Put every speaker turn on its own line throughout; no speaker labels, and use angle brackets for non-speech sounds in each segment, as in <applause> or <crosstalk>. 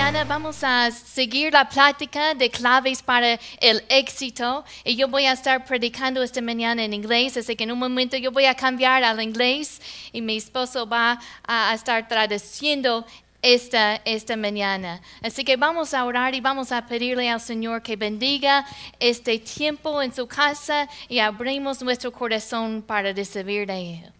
ahora vamos a seguir la plática de claves para el éxito. Y yo voy a estar predicando esta mañana en inglés, así que en un momento yo voy a cambiar al inglés y mi esposo va a, a estar traduciendo esta, esta mañana. Así que vamos a orar y vamos a pedirle al Señor que bendiga este tiempo en su casa y abrimos nuestro corazón para recibir de Él.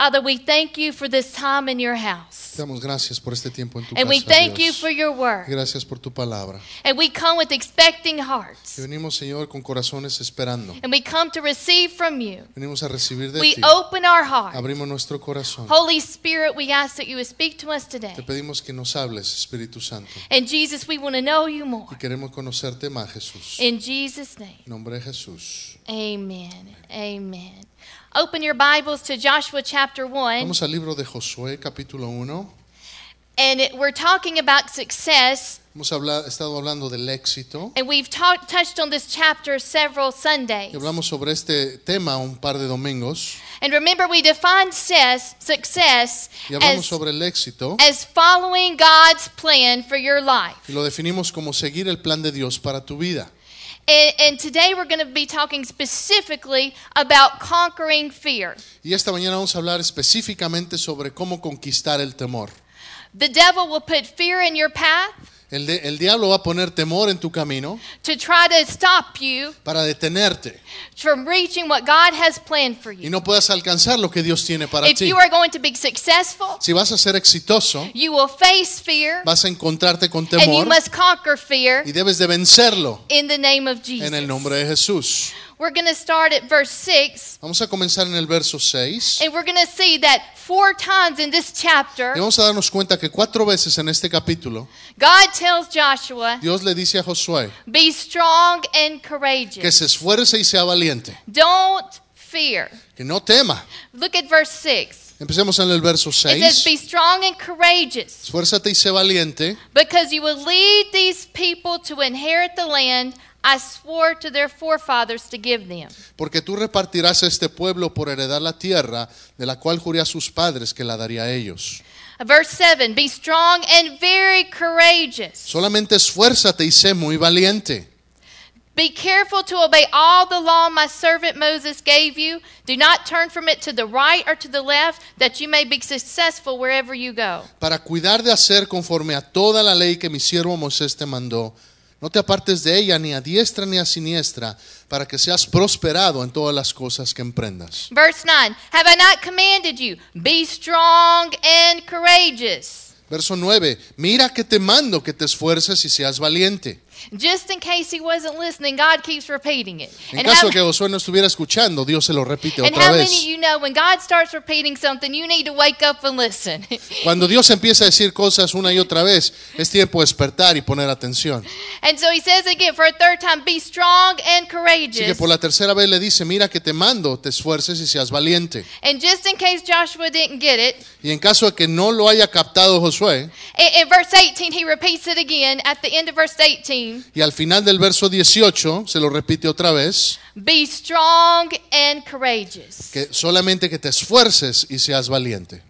Father, we thank you for this time in your house.
Te damos gracias por este tiempo en tu
And we
casa,
thank you
Dios.
for your word.
Gracias por tu palabra.
And we come with expecting
Y
hearts.
venimos, Señor, con corazones esperando.
And we come to receive from you.
Venimos a recibir de
We
ti.
open our heart.
Abrimos nuestro corazón.
Holy Spirit, we ask that you would speak to us today.
Te pedimos que nos hables, Espíritu Santo.
And Jesus, we want to know you more.
Y queremos conocerte más, Jesús. En
In Jesus' name.
nombre de Jesús.
Amen. Amen. Open your Bibles to Joshua chapter 1.
Vamos al libro de Josué, capítulo 1.
And it- we're talking about success.
Hemos habla- estado hablando del éxito.
And we've talked touched on this chapter several Sundays.
Y hablamos sobre este tema un par de domingos.
And remember, we define success, success
Y hablamos
as,
sobre el éxito.
as following God's plan for your life.
Y lo definimos como seguir el plan de Dios para tu vida.
And, and today we're going to be talking specifically about conquering fear.
Y esta mañana vamos a hablar específicamente sobre cómo conquistar el temor.
The devil will put fear in your path
El, de- el diablo va a poner temor en tu camino
to try to stop you
para detenerte
from reaching what God has planned for
y
you.
no puedas alcanzar lo que Dios tiene para
If
ti.
you are going to be successful,
Si vas a ser exitoso,
you will face fear
vas a encontrarte con
and you
temor
must conquer fear
y debes de vencerlo
in the name of
en el
Jesus.
nombre de Jesús.
We're going to start at verse 6.
Vamos a comenzar en el verso 6
And we're going to see that four times in this chapter,
y vamos a darnos cuenta que cuatro veces en este capítulo
God tells Joshua,
Dios le dice a Josué
Be strong and
que
courageous.
se esfuerce y sea valiente,
Don't fear.
que no tema.
Look at verse 6.
Empecemos en el verso
It says,
6.
Be strong and courageous,
Esfuérzate y sé valiente
because you will lead these people to inherit the land I swore to their forefathers to give them.
Porque tú repartirás este pueblo por heredar la tierra de la cual juré a sus padres que la daría a ellos.
Verse 7 Be strong and very courageous.
Solamente esfuérzate y sé muy valiente.
Be careful to obey all the law my servant Moses gave you. Do not turn from it to the right or to the left, that you may be successful wherever you go.
Para cuidar de hacer conforme a toda la ley que mi siervo Moisés te mandó. No te apartes de ella ni a diestra ni a siniestra, para que seas prosperado en todas las cosas que emprendas.
Verse 9 Have I not commanded you? Be strong and courageous.
Verso 9. Mira que te mando que te esfuerces y seas valiente.
Just in case he wasn't listening, God keeps repeating it.
En
and
caso
how,
de que Josué no estuviera escuchando, Dios se lo repite
and
otra
how
vez.
many of you know when God starts repeating something, you need to wake up and listen? <laughs>
Cuando Dios empieza a decir cosas una y otra vez, es tiempo de despertar y poner atención.
and so he says again for a third time Be strong and
Así que
courageous.
por la tercera vez le dice, mira que te mando, te esfuerces y seas valiente.
And just in case Joshua didn't get it,
Y en caso de que no lo haya captado Josué,
In, in verse 18, he repeats it again. At the end of verse 18,
y al final del verso 18 se lo repite otra vez,
be strong and courageous.
que solamente que te esfuerces y seas valiente.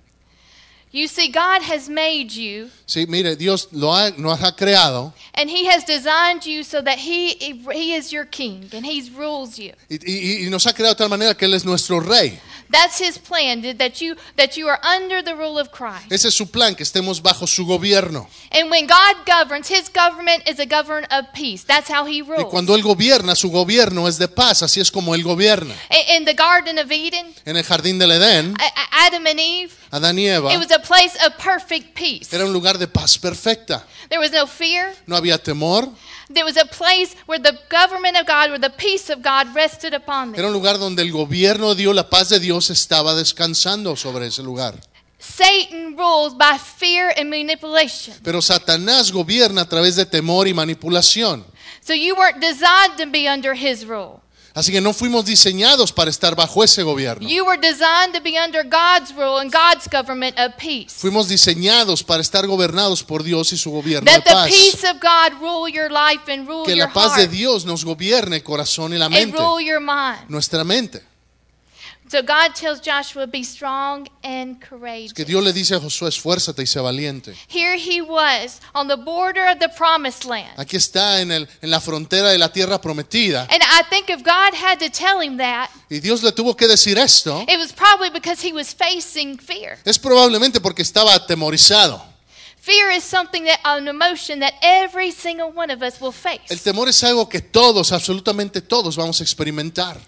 You see, God has made you,
Sí, mire, Dios lo ha, nos ha creado
and He has designed you so that He, he is your king and He rules you.
y, y- y nos ha creado de tal manera que Él es nuestro rey.
That's His plan that you that you are under the rule of Christ.
Ese es su plan, que estemos bajo su gobierno.
And when God governs, His government is a govern of peace. That's how He
Y
rules.
cuando Él gobierna, su gobierno es de paz, así es como Él gobierna.
In, in the Garden of Eden,
en el jardín del Edén,
A- A- Adam and Eve,
Adán y Eva,
it was a place of perfect peace.
era un lugar de paz perfecta.
There was no fear.
No había temor,
There was a place where the government of God, where the peace of God rested upon them.
era un lugar donde el gobierno de Dios, la paz de Dios estaba descansando sobre ese lugar.
Satan rules by fear and manipulation.
Pero Satanás gobierna a través de temor y manipulación.
So you weren't designed to be under his rule.
Así que no fuimos diseñados para estar bajo ese gobierno.
You were designed to be under God's rule and God's government of peace.
Fuimos diseñados para estar gobernados por Dios y su gobierno de
That the
paz.
peace of God rule your life and rule
Que
your
la paz de
heart
Dios nos gobierne el corazón y la
and
mente,
rule your mind.
nuestra mente.
So God tells Joshua, be strong and courageous.
Que Dios le dice a Josué, esfuérzate y sea valiente.
Here he was on the border of the promised land.
Aquí está en, el, en la frontera de la tierra prometida.
And I think if God had to tell him that,
Y Dios le tuvo que decir esto.
it was probably because he was facing fear.
Es probablemente porque estaba atemorizado.
Fear is something that an emotion that every single one of us will
El
face.
temor es algo que todos, absolutamente todos, vamos a experimentar.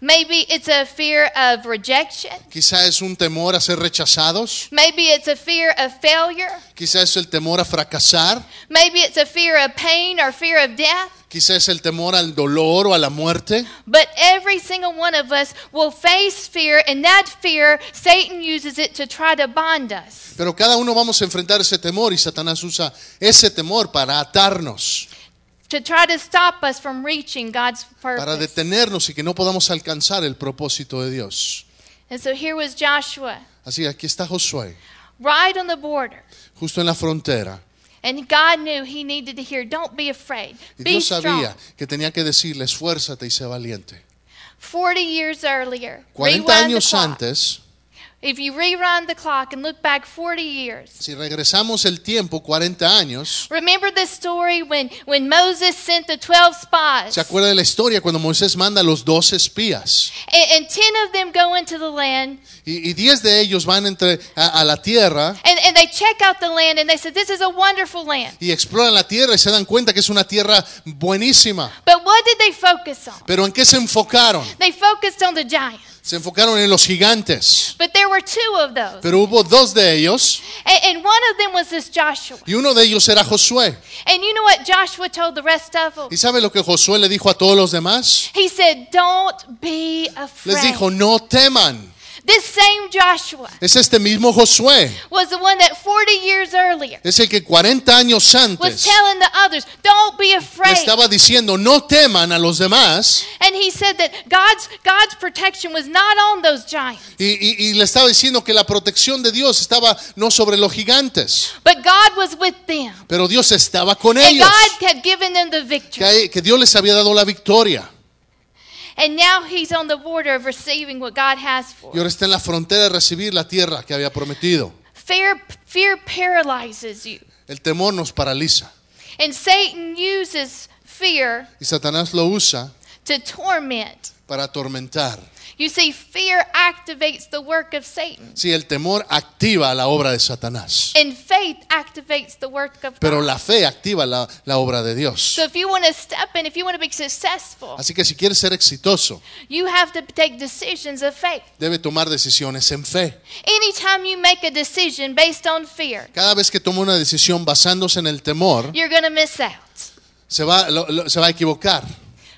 Maybe it's a fear of rejection.
Quizá es un temor a ser rechazados.
Maybe it's a fear of failure.
Quizá es el temor a fracasar.
Maybe it's a fear of pain or fear of death.
Quizá es el temor al dolor o a la muerte.
But every single one of us will face fear, and that fear, Satan uses it to try to bind us.
Pero cada uno vamos a enfrentar ese temor y Satanás usa ese temor para atarnos,
to try to stop us from reaching God's
para
purpose.
detenernos y que no podamos alcanzar el propósito de Dios.
And so here was Joshua,
Así que aquí está Josué,
right on the border.
justo en la frontera.
And God knew he needed to hear, don't be afraid.
Y
Be
Dios
strong.
sabía que tenía que decirle, esfuérzate y sé valiente.
40 years earlier,
40
rewind the
años
clock.
antes,
If you rewind the clock and look back 40 years,
si regresamos el tiempo, 40 años,
remember the story when, when Moses sent the 12 spies
¿se acuerda de la historia cuando Moisés manda a los 12 espías?
and, and 10 of them go into the land
Y, y 10 de ellos van entre, a- a la tierra
and, and they check out the land and they said, this is a wonderful land.
y exploran la tierra y se dan cuenta que es una tierra buenísima.
But what did they focus on?
Pero ¿en qué se enfocaron?
They focused on the giant.
Se enfocaron en los gigantes.
But there were two of those.
Pero hubo dos de ellos
And, and one of them was this Joshua.
y uno de ellos era Josué.
And you know what Joshua told the rest of them?
¿Y sabe lo que Josué le dijo a todos los demás?
He said, Don't be afraid.
Les dijo, no teman.
This same Joshua
Es este mismo Josué.
was the one that 40 years earlier
Es el que 40 años
was
antes
telling the others, Don't be
le
afraid.
estaba diciendo, no teman a los demás.
And he said that God's, God's protection was not on those giants,
Y, y- y le estaba diciendo que la protección de Dios estaba no sobre los gigantes,
but God was with them.
pero Dios estaba con
And
ellos.
God had given them the victory.
Que, que Dios les había dado la victoria.
And now he's on the border of receiving what God has for
Y ahora está en la frontera de recibir la tierra que había prometido.
Fear, fear paralyzes you.
El temor nos paraliza.
And Satan uses fear
Y Satanás lo usa
to torment.
para atormentar.
You see, fear activates the work of Satan,
Sí, el temor activa la obra de Satanás,
and faith activates the work of
pero
God.
la fe activa la, la obra de Dios.
So, if you want to step in, if you want to be successful,
Así que si quieres ser exitoso,
you have to take decisions of faith.
debe tomar decisiones en fe.
Anytime you make a decision based on fear,
Cada vez que toma una decisión basándose en el temor,
you're going to miss out.
se va, lo- lo- se va a equivocar.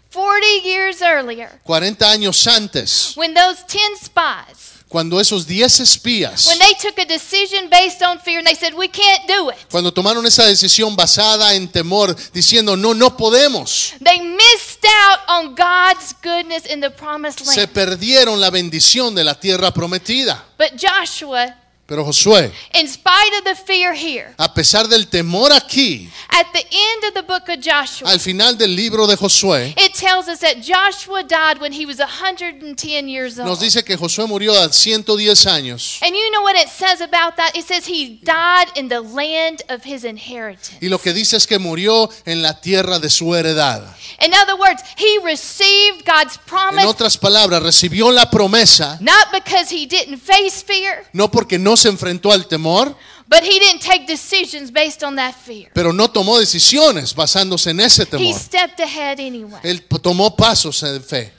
40 years earlier,
40 años antes,
when those 10 spies,
cuando esos 10 espías,
when they took a decision based on fear and they said, We can't do it,
cuando tomaron esa decisión basada en temor, diciendo, no, no podemos,
they missed out on God's goodness in the promised
se
land.
perdieron la bendición de la tierra prometida.
But Joshua
Pero Josué,
In spite of the fear here,
a pesar del temor aquí,
at the end of the book of Joshua,
al final del libro de Josué,
it tells us that Joshua died when he was 110 years old.
nos dice que Josué murió a 110 años.
and you know what it says about that? It says he died in the land of his inheritance.
Y lo que dice es que murió en la tierra de su heredad.
In other words, he received God's promise
En otras palabras, recibió la promesa,
not because he didn't face fear,
no porque no se enfrentó al temor,
but he didn't take decisions based on that fear.
pero no tomó decisiones basándose en ese
He
temor.
stepped ahead anyway.
Él tomó pasos en fe.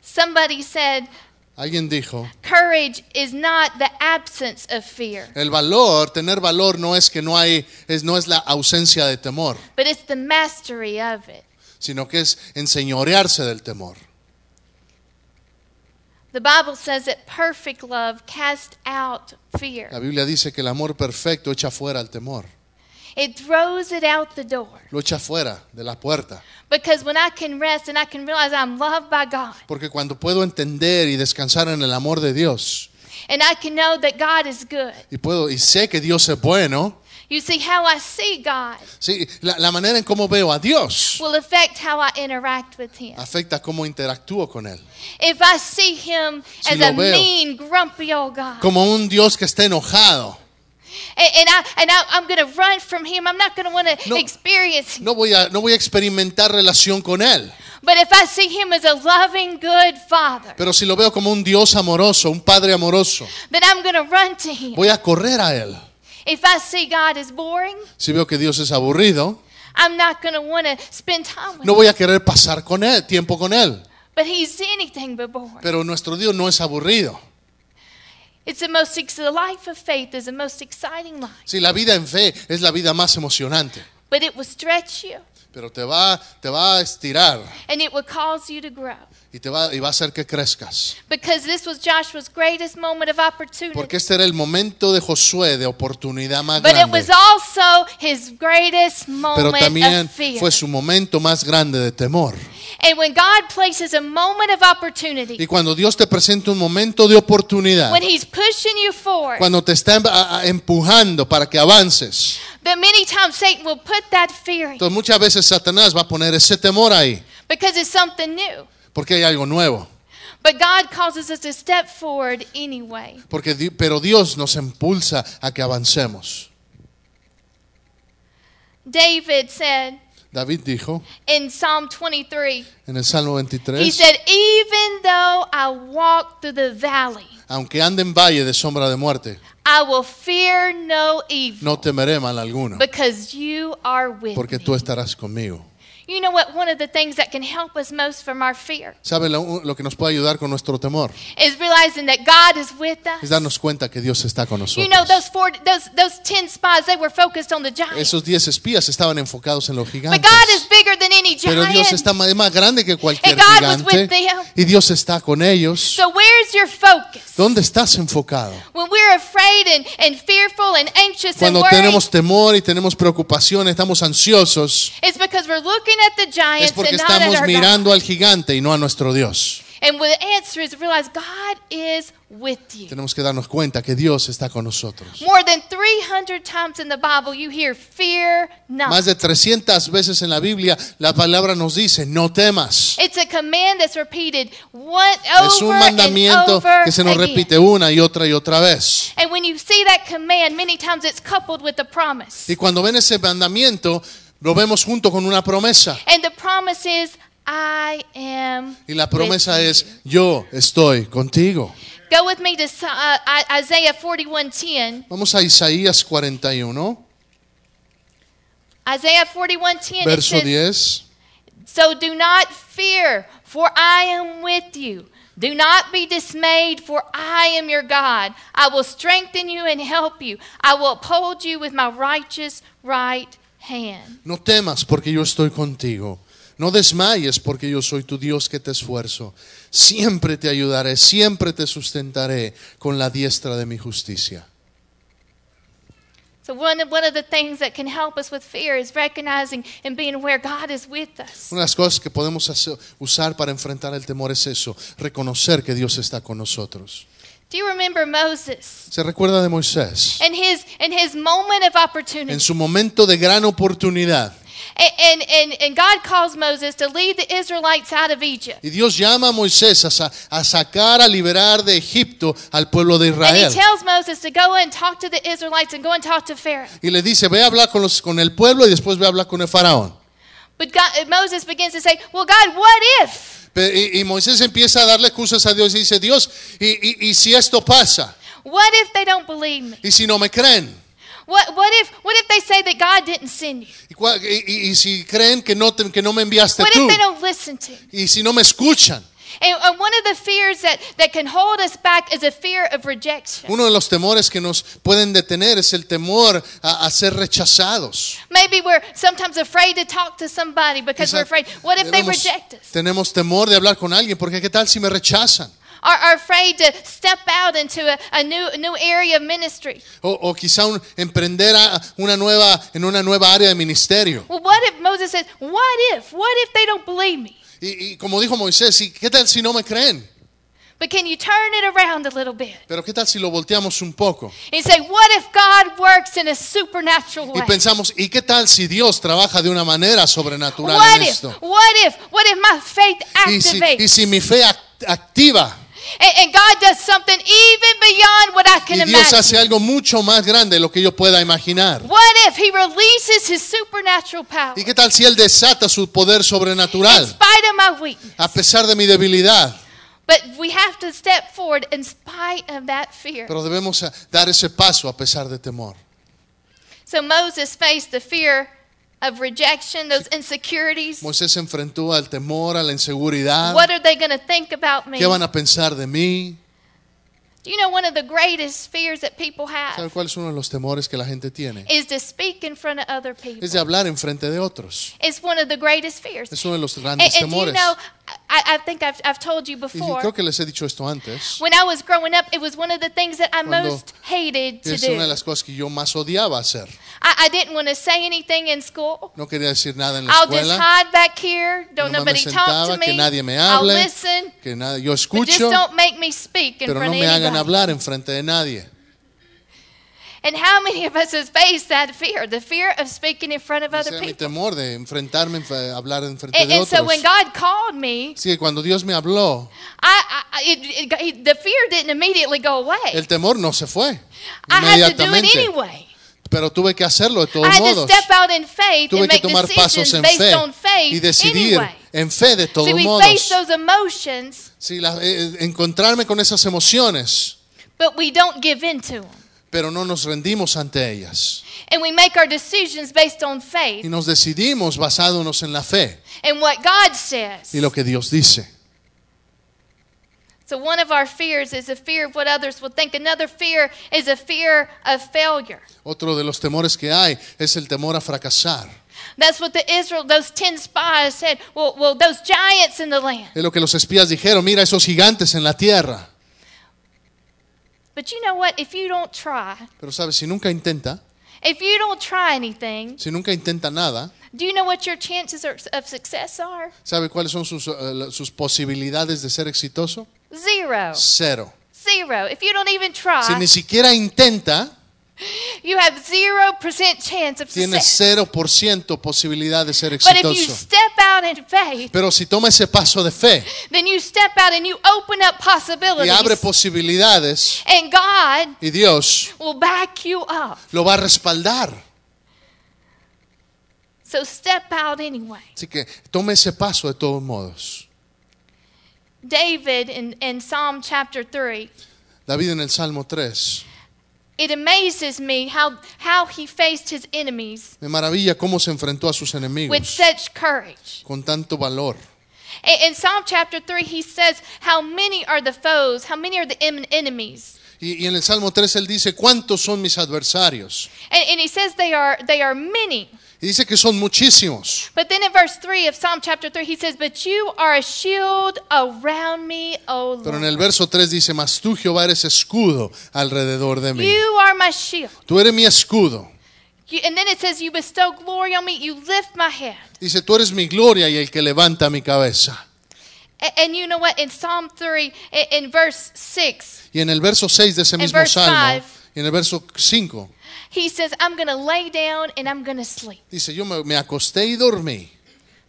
Somebody said,
Alguien dijo,
courage is not the absence of fear,
el valor, tener valor no es que no hay, es, no es la ausencia de temor,
but it's the mastery of it.
sino que es enseñorearse del temor.
The Bible says that perfect love casts out fear.
La Biblia dice que el amor perfecto echa fuera el temor.
It throws it out the door.
lo echa fuera de la puerta.
Because when I can rest and I can realize I'm loved by God,
Porque cuando puedo entender y descansar en el amor de Dios
and I can know that God is good,
y puedo y sé que Dios es bueno,
You see, how I see God
Sí, la, la manera en cómo veo a Dios
will affect how I interact with Him.
afecta cómo interactúo con Él.
If I see Him
Si
as
lo
a
veo.
mean, grumpy old God,
Como un Dios que está enojado.
and, and I and I, I'm going to run from Him, I'm not going to want to
No.
experience Him.
No voy, a, no voy a experimentar relación con Él.
But if I see Him as a loving, good Father,
Pero si lo veo como un Dios amoroso, un Padre amoroso,
then I'm going to run to Him.
voy a correr a Él.
If I see God as boring,
Si veo que Dios es aburrido,
I'm not going to want to spend time with
no
Him.
voy a querer pasar con Él, tiempo con Él.
But He's anything but boring.
Pero nuestro Dios no es aburrido.
It's the most ex- the life of faith is the most exciting life,
Si la vida en fe es la vida más emocionante,
but it will stretch you
pero te va, te va a estirar
and it will cause you to grow.
y, te va, y va a hacer que crezcas.
Because this was Joshua's greatest moment of
Porque
opportunity,
este era el momento de Josué de oportunidad más
but it was
grande.
also his greatest
Pero
moment
también
of fear.
fue su momento más grande de temor.
And when God places a moment of
Y
opportunity,
cuando Dios te presenta un momento de oportunidad,
when He's pushing you forward,
cuando te está em- a- a- empujando para que avances,
but many times Satan will put that fear in
entonces muchas veces Satanás va a poner ese temor ahí,
because it's something new.
porque hay algo nuevo.
But God causes us to step forward anyway.
Porque, Di- pero Dios nos impulsa a que avancemos.
David said
David dijo
in Psalm 23,
en el Salmo
He
23,
said, Even though I walk through the valley,
aunque ande en valle de sombra de muerte,
I will fear no evil
no temeré mal alguno,
because you are with
porque
me.
tú estarás conmigo.
You know what? One of the things that can help us most from our fear
¿Sabe lo, lo que nos puede ayudar con nuestro temor?
is realizing that God is with
Es
us.
darnos cuenta que Dios está con
You know,
nosotros.
those, four, those, those 10 spies, they were focused on the giant.
Esos diez espías estaban enfocados en los
But God is
gigantes.
bigger than any
Pero Dios
giant.
está ma- más grande que cualquier
And God was with
gigante.
them.
Y Dios está con ellos.
So where's your focus?
¿Dónde estás enfocado?
When we're afraid and, and fearful and anxious and
Cuando
worried,
tenemos temor y tenemos preocupación, estamos ansiosos,
it's because we're looking at the
es
giants
porque
and not at
estamos
our God.
mirando al gigante y no a nuestro Dios.
And the answer is realize God is with you.
Tenemos que darnos cuenta que Dios está con nosotros.
More than 300 times in the Bible, you hear fear not.
Más de 300 veces en la Biblia la palabra nos dice, no temas.
It's a command that's repeated one
Es
over
un
and
mandamiento
over
que se nos
again.
repite una y otra y otra vez.
And when you see that command, many times it's coupled with a promise.
Y cuando ven ese mandamiento, lo vemos junto con una promesa.
And the promise is, I am.
Y la
with
promesa
you."
es, yo estoy contigo.
Go with me to uh, I- Isaiah 41:10.
Vamos a Isaías 41,
Isaiah 41:10. it
verso
says,
10.
So do not fear, for I am with you. Do not be dismayed, for I am your God. I will strengthen you and help you. I will uphold you with my righteous right hand.
No temas porque yo estoy contigo. No desmayes porque yo soy tu Dios que te esfuerzo. Siempre te ayudaré, siempre te sustentaré con la diestra de mi justicia.
So, one of, one of the things that can help us with fear is recognizing and being aware God is with us.
Una de las cosas que podemos hacer- usar para enfrentar el temor es eso, reconocer que Dios está con nosotros.
Do you remember Moses
Se recuerda de Moisés.
and his, and his moment of
En
opportunity?
su momento de gran oportunidad,
And, and, and, and God calls Moses to lead the Israelites out of Egypt.
y Dios llama a Moisés a, sa- a sacar, a liberar de Egipto al pueblo de
And he
Israel.
tells Moses to go and talk to the Israelites and go and talk to Pharaoh.
Y le dice, ve a hablar con, los- con el pueblo y después ve a hablar con el faraón.
But God, Moses begins to say, Well, God, what if?
Pe- Y, y Moisés empieza a darle excusas a Dios y dice, Dios, y, y- y si esto pasa?
What if they don't believe me?
¿Y si no me creen?
What, what, if, what if they say that God didn't send you?
¿Y, cua- y- y- y si creen que no, te- que no me enviaste
What if
tú?
they don't listen to me?
¿Y si no me escuchan?
And, and one of the fears that, that can hold us back is a fear of rejection.
Uno de los temores que nos pueden detener es el temor a, a ser rechazados.
Maybe we're sometimes afraid to talk to somebody because we're
Quizá
afraid, What if they
tenemos-
reject us?
Tenemos temor de hablar con alguien porque ¿qué tal si me rechazan?
Or are afraid to step out into a, a new, new area of ministry?
O, o quizá un- emprender a- una nueva, en una nueva área de ministerio.
Well, what if Moses says, What if? What if they don't believe me?
Y, y como dijo Moisés, ¿y qué tal si no me creen?
But can you turn it around a little bit
Pero ¿qué tal si lo volteamos un poco
and say, what if God works in a supernatural
y
way?
pensamos, ¿y qué tal si Dios trabaja de una manera sobrenatural
What
en
if,
esto?
what if, what if my faith
Y si,
activates
y si mi fe ac- activa
and, and God does something even beyond what I can
y Dios
imagine?
hace algo mucho más grande de lo que yo pueda imaginar.
What if he releases his supernatural power
¿Y qué tal si Él desata su poder
in
sobrenatural
spite of my weakness?
a pesar de mi debilidad?
But we have to step forward in spite of that fear.
Pero debemos eh, dar ese paso a pesar de temor.
So Moses faced the fear of rejection, those insecurities.
Moisés se enfrentó al temor, a la inseguridad.
What are they going to think about me?
¿Qué van a pensar de mí?
Do you know one of the greatest fears that people have
¿Sabe cuál es uno de los temores que la gente tiene?
is to speak in front of other people?
Es de hablar en frente de otros.
It's one of the greatest fears.
Es uno de los
And,
grandes
and Eh, do you
temores.
know, I, I think I've, I've told you
Y
before,
creo que les he dicho esto antes.
when I was growing up, it was one of the things that I
Cuando-
most hated to
Es una de
do.
las cosas que yo más odiaba hacer.
I, I didn't want to say anything in school.
No quería decir nada en la
I'll just
escuela.
hide back here. Don't
Nomás me
nobody talk to
sentaba, que
me.
nadie me
I'll
hable,
listen.
que nada, yo
But just
escucho,
don't make me speak in
pero no
front of
me hagan
anybody.
hablar en frente de nadie.
And how many of us has faced that fear? The fear of speaking in front of
Ese
other
era mi
people. Eh,
temor de enfrentarme, enf- hablar en frente
And,
de
and so when
otros.
God called me,
Sí, cuando Dios me habló,
I, I it, it, it- the fear didn't immediately go away.
el temor no se fue
I had to do
inmediatamente.
it anyway.
Pero tuve que hacerlo de
I
todos
had to
modos.
step out in faith
Tuve
and
que
make
tomar pasos
decisions
en
based
fe
on
y
faith
decidir
anyway.
en fe de todos
See, we face
modos.
those emotions,
Sí, la- eh, encontrarme con esas emociones,
but we don't give in to them.
pero no nos rendimos ante ellas.
And we make our decisions based on
Y
faith
nos decidimos basándonos en la fe
and what God says.
y lo que Dios dice.
So one of our fears is a fear of what others will think. Another fear is a fear of failure.
Otro de los temores que hay es el temor a fracasar.
That's what the Israel, those ten spies said. Well, well, those giants in the land.
Es lo que los espías dijeron, mira esos gigantes en la tierra.
But you know what? If you don't try,
Pero sabes, si nunca intenta,
if you don't try anything,
si nunca intenta nada,
do you know what your chances are, of success are?
¿sabe cuáles son sus, eh, la- sus posibilidades de ser exitoso?
Zero.
Cero.
Zero. If you don't even
Si
try,
ni siquiera intenta,
you have zero percent chance of
tiene
success.
0% posibilidad de ser
But if you
exitoso.
step out in faith,
Pero si toma ese paso de fe
then you step out and you open up
y abre
possibilities.
posibilidades,
And God
y Dios
will back you up.
lo va a respaldar.
So step out anyway.
Así que tome ese paso de todos modos.
David in, in Psalm chapter 3,
David en el Salmo 3.
it amazes me how, how he faced his enemies
Me maravilla cómo se enfrentó a sus
with
enemigos
such courage.
con tanto valor.
In, in Psalm chapter 3, he says, How many are the foes? How many are the em- enemies?
Y, y en el Salmo 3 él dice, ¿cuántos son mis adversarios?
And, and he says they are, they are many.
Y dice que son muchísimos.
But then in verse 3 of Psalm chapter 3, he says, But you are a shield around me, O
Pero en
Lord.
el verso 3 dice, mas tú Jehová eres escudo alrededor de mí.
You are my shield.
Tú eres mi escudo.
You, and then it says, You bestow glory on me, you lift my head.
Dice, tú eres mi gloria y el que levanta mi cabeza.
A- And you know what? In Psalm 3, i- in verse 6,
Y en el verso 6 de ese
En
mismo
verse
Salmo,
five.
y en el verso 5,
he says, I'm going to lay down and I'm going to sleep
dice, yo me, me acosté y dormí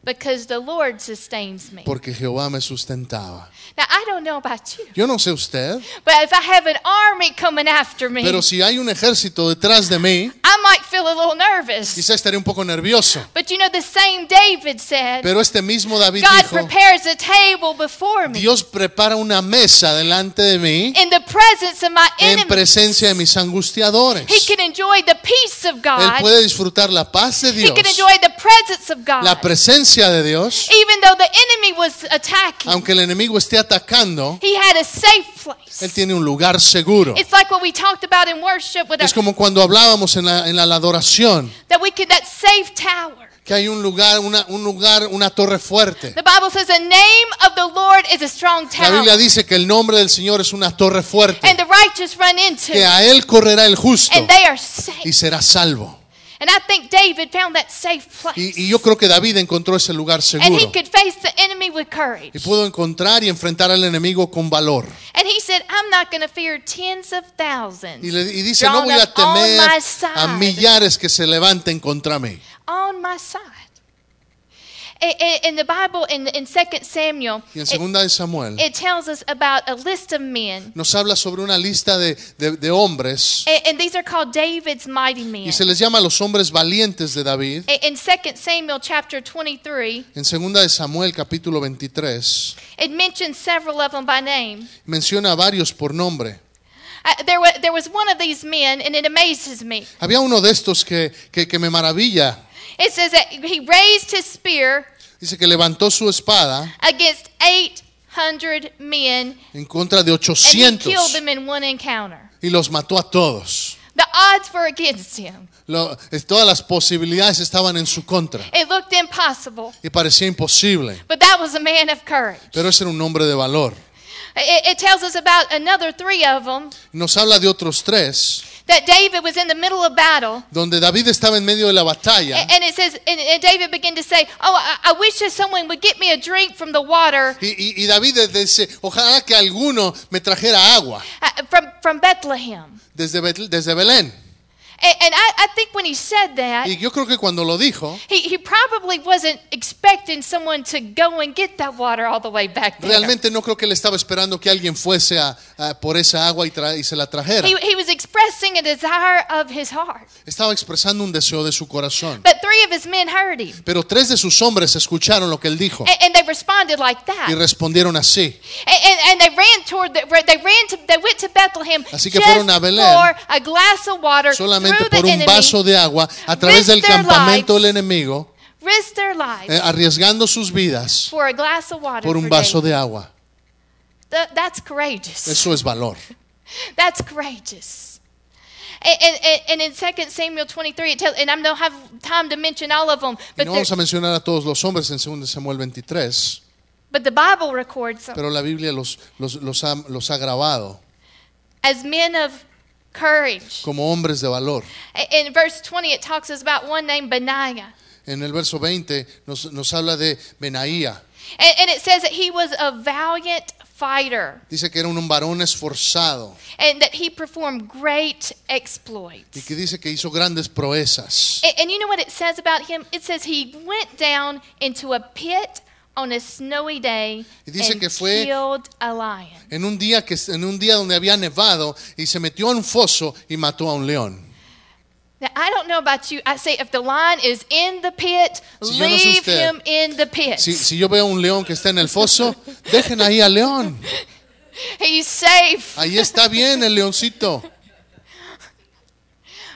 because the Lord sustains me.
porque Jehová me sustentaba.
Now, I don't know about you,
Yo no sé usted,
but if I have an army coming after me,
pero si hay un ejército detrás de mí,
I might feel a little nervous.
quizá estaré un poco nervioso.
But you know, the same David said,
Pero este mismo David
God
dijo,
prepares a table before me
Dios prepara una mesa delante de mí
in the presence of my
en
enemies.
presencia de mis angustiadores.
He can enjoy the peace of
Él
God,
puede disfrutar la paz de
he
Dios,
can enjoy the presence of God.
la presencia de Dios,
Even though the enemy was attacking,
aunque el enemigo esté atacando,
He had a safe
Él
place.
tiene un lugar seguro.
It's like what we talked about in worship with
Es
our,
como cuando hablábamos en la, en la adoración,
that we could that safe tower.
que hay un lugar, una, un lugar, una torre fuerte.
The Bible says the name of the Lord is a strong
La
tower,
Biblia dice que el nombre del Señor es una torre fuerte,
and the righteous run into,
que
it,
a Él correrá el justo
and they are
y
safe.
será salvo.
And I think David found that safe place.
Y, y yo creo que David encontró ese lugar
and he
seguro.
could face the enemy with courage.
Y pudo encontrar y enfrentar al enemigo con valor.
And he said, I'm not going to fear tens of thousands
Y, le- y dice, no voy
drawn
a
up on
temer
my side.
a millares que se levanten contra mí.
on my side. I- I- In the Bible, in, in 2 Samuel,
Y en
it,
segunda de Samuel
it tells us about a list of men.
nos habla sobre una lista de, de- de hombres
A- And, these are called David's mighty men.
y se les llama los hombres valientes de David.
I- In 2 Samuel chapter 23,
En segunda de Samuel capítulo 23
it mentions several of them by name.
menciona a varios por nombre.
I, there, wa- there was one of these men, and it amazes me.
Había uno de estos que, que- que me maravilla.
It says that he raised his spear
Dice que levantó su espada
against 800 men
en contra de
and he killed
800
them in one encounter.
y los mató a todos.
The odds were against him.
Lo- eh, todas las posibilidades estaban en su contra
It looked impossible,
y parecía imposible,
but that was a man of courage.
pero ese era un hombre de valor.
It, it tells us about another three of them
Nos habla de otros tres,
that David was in the middle of battle.
donde David estaba en medio de la batalla
a- And it says, and, and David began to say, "Oh, I, I wish that someone would get me a drink from the water
y, y- y David dice, ojalá que alguno me trajera agua
uh, from from Bethlehem."
desde, Bet- desde Belén.
And, and I, I think when he said that,
Y yo creo que cuando lo dijo,
He, he probably wasn't expecting someone to go and get that water all the way back there.
realmente no creo que él estaba esperando que alguien fuese a- a por esa agua y, tra- y se la trajera.
He, he was expressing a desire of his heart.
Estaba expresando un deseo de su corazón.
But three of his men heard him,
Pero tres de sus hombres escucharon lo que él dijo
and, and they responded like that.
y respondieron así.
And, and, and they ran toward, the, they ran to, they went to Bethlehem
Así que
just
fueron a Belén
for a glass of water
solamente
through the
por un
enemy,
vaso de agua a través del
risk their
campamento
lives.
del enemigo,
risked their lives
eh, arriesgando sus vidas
for a glass of water.
por un
for
vaso
David.
de agua.
Th- that's courageous.
Eso es valor.
That's courageous. And, and- and, and in 2 Samuel 23, it tells, and I don't have time to mention all of them,
Y
but,
no
there-
vamos a mencionar a todos los hombres en 2 Samuel 23,
but the Bible records them
pero la Biblia los, los, los ha, los ha grabado
as men of courage.
como hombres de valor.
A- In verse 20, it talks us about one named Benaiah.
En el verso 20 nos, nos habla de Benaía.
And, and it says that he was a valiant fighter
Dice que era un varón esforzado
and that he performed great exploits.
y que dice que hizo grandes proezas.
And, and you know what it says about him? It says he went down into a pit on a snowy day
Y dice
and
que fue-
killed a lion.
En un día que en un día donde había nevado y se metió en un foso y mató a un león.
Now, I don't know about you. I say if the lion is in the pit,
Si yo no sé
leave
usted.
him in the pit.
Si, si yo veo un león que está en el foso, dejen ahí al león.
He's safe.
Ahí está bien el leoncito.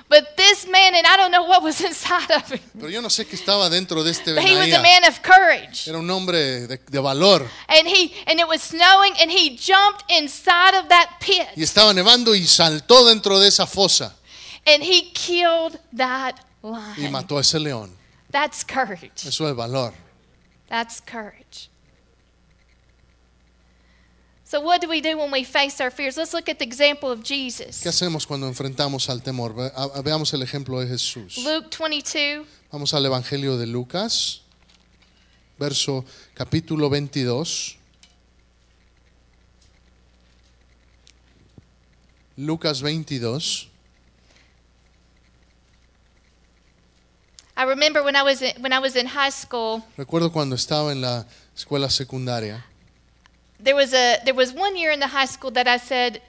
But this man, and I don't know what was <laughs> inside of him,
Pero yo no sé qué estaba dentro de este
but he was a
Benaía.
man of courage.
Era un hombre de, de valor.
And he and it was snowing, and he jumped inside of that
Y
pit,
estaba nevando y saltó dentro de esa fosa
and he killed that
y
lion.
mató a ese león.
That's courage.
Eso es valor.
That's courage. So what do we do when we face our fears? Let's look at the example of Jesus.
¿Qué hacemos cuando enfrentamos al temor? Ve- a- a- Veamos el ejemplo de Jesús.
Luke 22.
Vamos al Evangelio de Lucas, verso capítulo 22. Lucas 22.
I remember when I was in, when I was in high school,
Recuerdo cuando estaba en la escuela secundaria.
there was a there was one year in the high school that I said,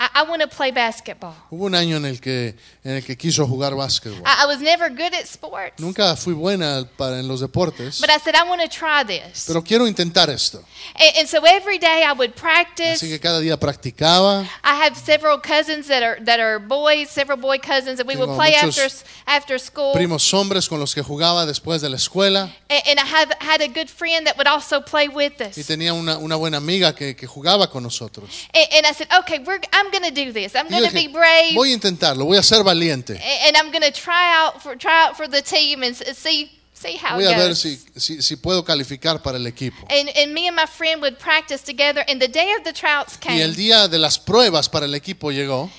I, I want to play basketball.
Hubo un año en el que, en el que quiso jugar básquetbol.
I, I was never good at sports,
Nunca fui buena para, en los deportes,
but I said I want to try this.
pero quiero intentar esto.
and, and so every day I would practice.
Así que cada día practicaba.
I have several cousins that are that are boys, several boy cousins, and we would
Tengo
play
muchos
after s- after school.
Primos hombres con los que jugaba después de la escuela.
And, and I have had a good friend that would also play with us.
Y tenía una, una buena amiga que, que jugaba con nosotros.
And, and I said, okay, we're, I'm going to do this. I'm
Y yo
going to
dije,
be brave. Eh,
voy a intentarlo, voy a ser valiente.
a- and I'm going to try out for try out for the team and s- see see how
Voy
it
a ver
goes.
si, si, si puedo calificar para el equipo.
And, and me and my friend would practice together. And the day of the tryouts
Y
came,
el día de las pruebas para el equipo llegó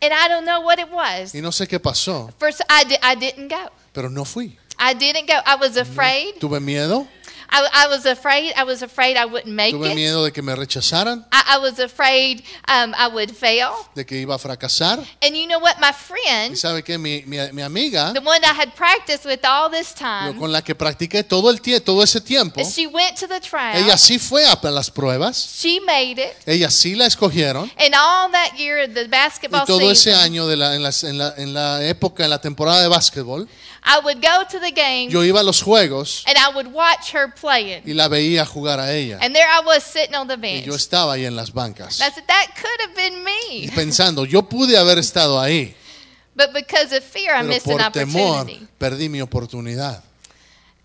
and I don't know what it was.
Y no sé qué pasó,
First, I, di- I didn't go.
pero no fui.
I didn't go. I was
Mm-hmm.
afraid.
Tuve miedo,
I, I was afraid. I was afraid I wouldn't make
tuve
it.
miedo de que me rechazaran,
I, I was afraid um, I would fail.
de que iba a fracasar.
And you know what? My
Y
friend,
sabe que mi, mi, mi amiga,
the one I had practiced with all this
lo-
time,
con la que practiqué todo, el tie- todo ese tiempo,
she went to the trial.
ella sí fue a las pruebas,
She made it.
ella sí la escogieron.
And all that year, the basketball
Y todo ese
season,
año, de la- en, las- en la, en la época, en la temporada de básquetbol,
I would go to the game
yo iba a los juegos
and I would watch her playing.
y la veía jugar a ella.
And there I was sitting on the
Y
bench.
yo estaba ahí en las bancas.
And I said, that could have been
Y
me.
pensando, yo pude haber estado ahí,
But because of fear, I
pero
missed an
por temor
opportunity.
perdí mi oportunidad.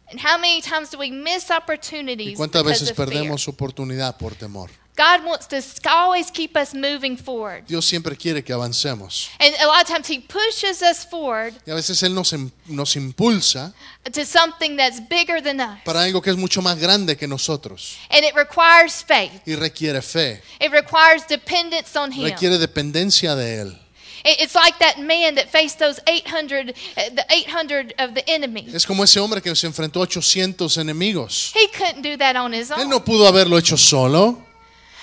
And how many times do we miss
¿Y
opportunities
cuántas
because
veces
of fear?
perdemos oportunidad por temor?
God wants to s- always keep us moving forward.
Dios siempre quiere que avancemos.
And a lot of times he pushes us forward
Y a veces Él nos, em- nos impulsa
to something that's bigger than us.
para algo que es mucho más grande que nosotros.
And it requires faith.
Y requiere fe,
It requires dependence on him.
requiere dependencia de Él.
It- It's like that man that faced those 800, uh, the 800 of the enemy.
Es como ese hombre que se enfrentó a 800 enemigos.
He couldn't do that on his
Él
own.
no pudo haberlo hecho solo.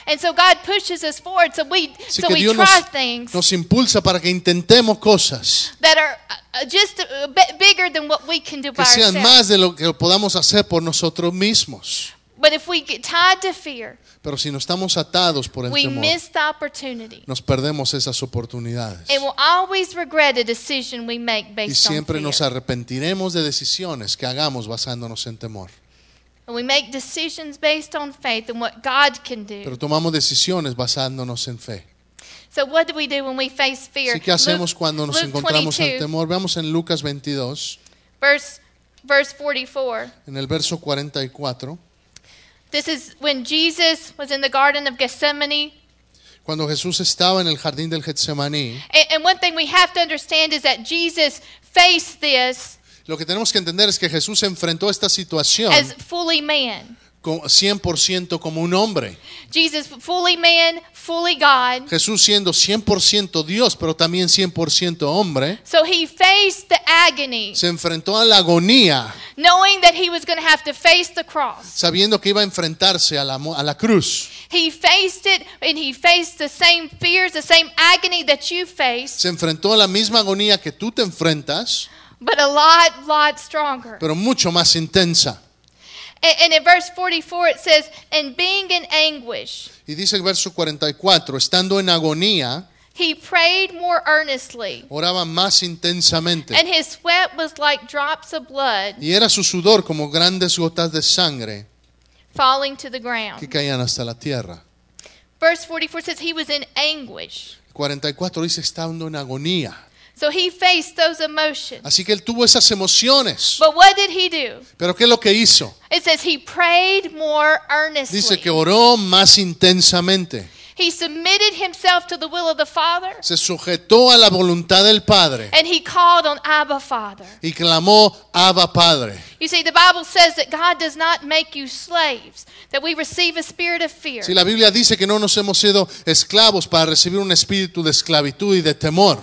And so God pushes us forward so we,
Así
so
que
we
Dios
try
nos,
things
nos impulsa para que intentemos cosas
that are uh, uh, just a bit bigger than what we can do by
que sean
ourselves.
más de lo que podamos hacer por nosotros mismos.
But if we get tied to fear,
Pero si no estamos atados por el
we
temor,
miss the opportunity.
nos perdemos esas oportunidades.
And we'll always regret a decision we make
Y
based on
siempre nos
fear.
arrepentiremos de decisiones que hagamos basándonos en temor.
And we make decisions based on faith and what God can do.
Pero tomamos decisiones basándonos en fe.
So what do we do when we face fear?
Así que hacemos
Luke-
cuando nos
Luke
encontramos en
22,
temor. Veamos en Lucas 22,
verse, verse 44.
en el verso 44.
This is when Jesus was in the Garden of Gethsemane.
Cuando Jesús estaba en el jardín del Getsemaní,
And, and one thing we have to understand is that Jesus faced this
lo que tenemos que entender es que Jesús enfrentó esta situación
as fully man.
con- 100% como un hombre.
Jesus, fully man, fully God.
Jesús siendo 100% Dios, pero también 100% hombre,
So he faced the agony,
se enfrentó a la agonía,
knowing that he was going to have to face the cross.
sabiendo que iba a enfrentarse a la, mu- a la cruz.
He faced it, and he faced the same fears, the same agony that you face,
Se enfrentó a la misma agonía que tú te enfrentas,
but a lot, lot stronger.
pero mucho más intensa.
And, and in verse 44, it says, And being in anguish,
Y dice el verso 44, estando en agonía,
he prayed more earnestly,
oraba más intensamente.
and his sweat was like drops of blood
Y era su sudor como grandes gotas de sangre
falling to the
que
ground.
caían hasta la tierra.
Verse 44 says, He was in anguish.
44 dice estando en agonía.
So he faced those emotions.
Así que él tuvo esas emociones.
But what did he do?
Pero ¿qué es lo que hizo?
It says he prayed more earnestly.
Dice que oró más intensamente.
he submitted himself to the will of the Father
Se sujetó a la voluntad del Padre
and he called on Abba Father.
y clamó, Abba Padre.
You see, the Bible says that God does not make you slaves, that we receive a spirit of fear.
Si la Biblia dice que no nos hemos sido esclavos para recibir un espíritu de esclavitud y de temor,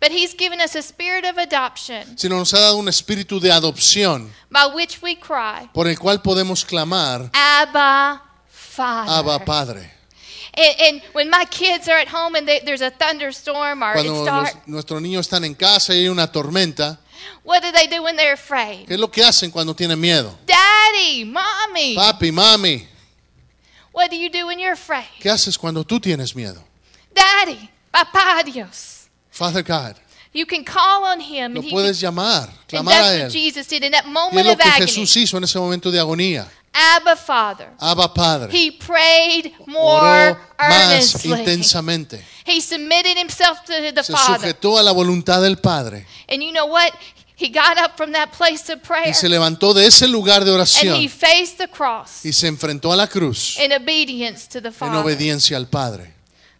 But he's given us a spirit of adoption
sino nos ha dado un espíritu de adopción
by which we cry,
por el cual podemos clamar,
Abba Father.
Abba Padre.
And, and when my kids are at home and they, there's a thunderstorm or it's
Cuando
dark,
los- nuestros niños están en casa y hay una tormenta,
what do they do when they're afraid?
¿qué es lo que hacen cuando tienen miedo?
Daddy, mommy,
Papi, mami,
what do you do when you're afraid?
¿qué haces cuando tú tienes miedo?
Daddy, papá Dios.
Father God,
You can call on him.
lo
and he
puedes
can-
llamar,
and
clamar a
that's what
Él.
Jesus did in that
Y es
moment
lo
of
que
agony.
Jesús hizo en ese momento de agonía.
Abba Father.
Abba Padre,
He prayed
oró
more
más
earnestly.
intensamente.
He submitted himself to the
Se
Father.
sujetó a la voluntad del Padre
And you know what? He got up from that place of prayer
y se levantó de ese lugar de
and he
oración
faced the cross
y se enfrentó a la cruz
in obedience to the
en
Father.
obediencia al Padre.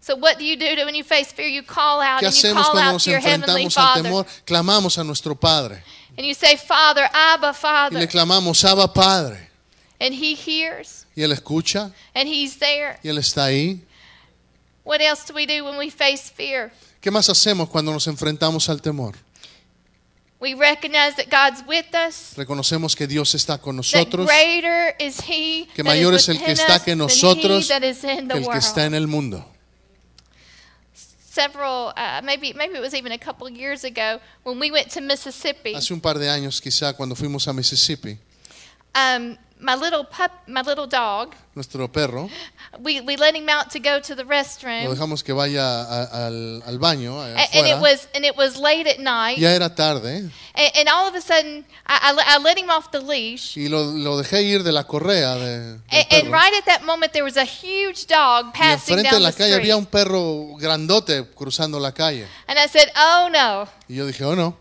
So what do you do when you face fear? You call out
¿Qué
and you
hacemos
call
cuando
out
nos
to your heavenly
enfrentamos al
Father.
temor? Clamamos a nuestro Padre
And you say, Father, Abba,
y le
Father.
clamamos, Abba Padre.
And he hears
Y Él escucha
and he's there.
y Él está ahí.
What else do we do when we face fear?
¿Qué más hacemos cuando nos enfrentamos al temor?
We recognize that God's with us.
Reconocemos que Dios está
That
con nosotros,
greater is He
que
that is
mayor es el que
within
está
us
que
than he
nosotros,
that is in the
el que
world.
está en el mundo.
Several, uh, maybe maybe it was even a couple years ago when we went to Mississippi.
Hace un par de años quizá cuando fuimos a Mississippi,
Um, my little pup, my little dog,
nuestro perro,
we, we let him out to go to the
lo
restroom,
dejamos que vaya a- al, al baño, allá
a- and it
afuera.
was and it was late at night,
ya era tarde
and, and all of a sudden I, I, le- I let him off the leash,
y lo, lo dejé ir de la correa de, del
and,
perro.
and right at that moment there was a huge dog
y
passing
enfrente
down the
de la calle
street,
había un perro grandote cruzando la calle.
and I said, "Oh no, Um,
Y yo dije, oh no,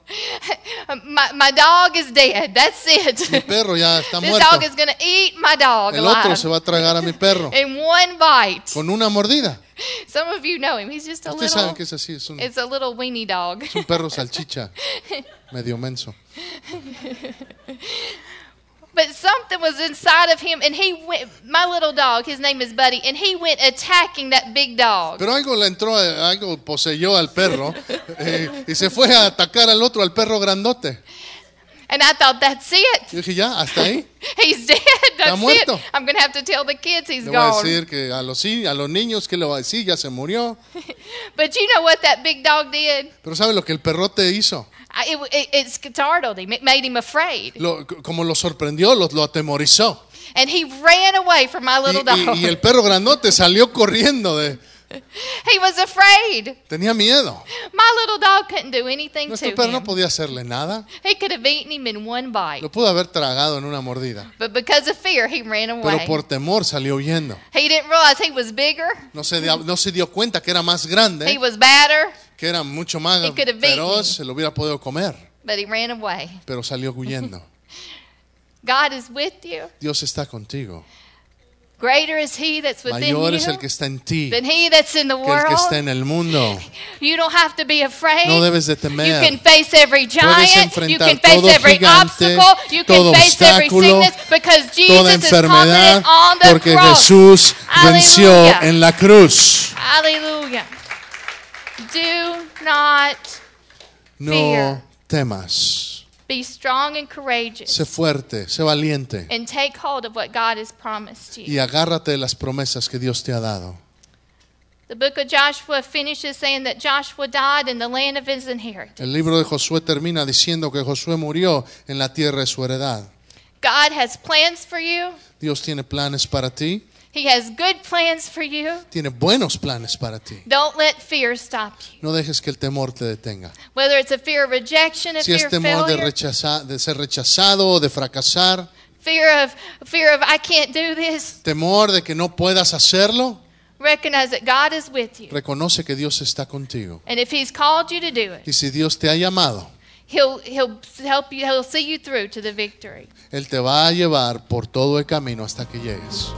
my, my dog is dead. <laughs> That's it.
mi perro ya está
this dog
muerto.
is going to eat my dog
El otro se
alive
va a tragar a mi perro
<laughs> in one bite."
con una mordida.
Some of you know him. He's just a
Ustedes saben
little.
que es así, es un,
It's a little weenie dog.
es un perro salchicha, medio menso.
<laughs> But something was inside of him, and he went. My little dog, his name is Buddy, and he went attacking that big dog.
Pero algo le entró, eh, algo poseyó al perro eh, y se fue a atacar al otro, al perro grandote.
And I thought, that's it. <laughs>
Yo dije, ya, hasta ahí.
He's dead. That's
muerto.
it. I'm going to have to tell the kids he's
Le voy a
gone.
decir que a los, sí- a los niños que le va a decir, ya se murió.
But you know what that big dog did?
Pero ¿sabe lo que el perrote hizo?
I, it, it, it startled him. It made him afraid.
Lo- como lo sorprendió, lo, lo atemorizó.
And he ran away from my
Y,
little dog.
y- y el perro grandote salió corriendo, de,
<laughs> He was afraid.
tenía miedo.
My little dog couldn't do anything
Nuestro
to
perro
him.
no podía hacerle nada.
He could have eaten him in one bite.
Lo pudo haber tragado en una mordida.
But because of fear, he ran
Pero
away.
por temor salió huyendo.
He didn't realize he was bigger.
No se, dio- no se dio cuenta que era más
He
grande,
was badder,
que era mucho más
He could have beaten
feroz,
me.
se lo hubiera podido comer,
but he ran away.
pero
<laughs>
salió huyendo.
God is with you.
Dios está contigo.
Greater is he that's within
Mayor
you
es el que está en ti
than he that's in the
que el que está
world.
en el mundo.
You don't have to be afraid.
No debes de
you can
temer.
face every giant. You
enfrentar
can face
todo
every
gigante,
obstacle. You
todo
can face every
obstáculo,
sickness because
Toda
Jesus is
enfermedad,
confident on the
porque
cross.
Jesús venció
Aleluya.
en la cruz.
Hallelujah. Do not
No
Fear.
temas.
be strong and courageous
Sé fuerte, sé valiente
and take hold of what God has promised you.
y agárrate de las promesas que Dios te ha dado.
The book of Joshua finishes saying that Joshua died in the land of his inheritance.
El libro de Josué termina diciendo que Josué murió en la tierra de su heredad.
God has plans for you.
Dios tiene planes para ti,
He has good plans for you.
tiene buenos planes para ti.
Don't let fear stop you.
No dejes que el temor te detenga.
Whether it's a fear of rejection, a
Si
fear
es
of
temor de,
failure,
rechaza- de ser rechazado o de fracasar,
fear of fear of I can't do this,
temor de que no puedas hacerlo,
recognize that God is with you.
reconoce que Dios está contigo.
And if he's called you to do it,
Y si Dios te ha llamado,
he'll he'll help you, he'll see you through to the victory.
Él te va a llevar por todo el camino hasta que llegues.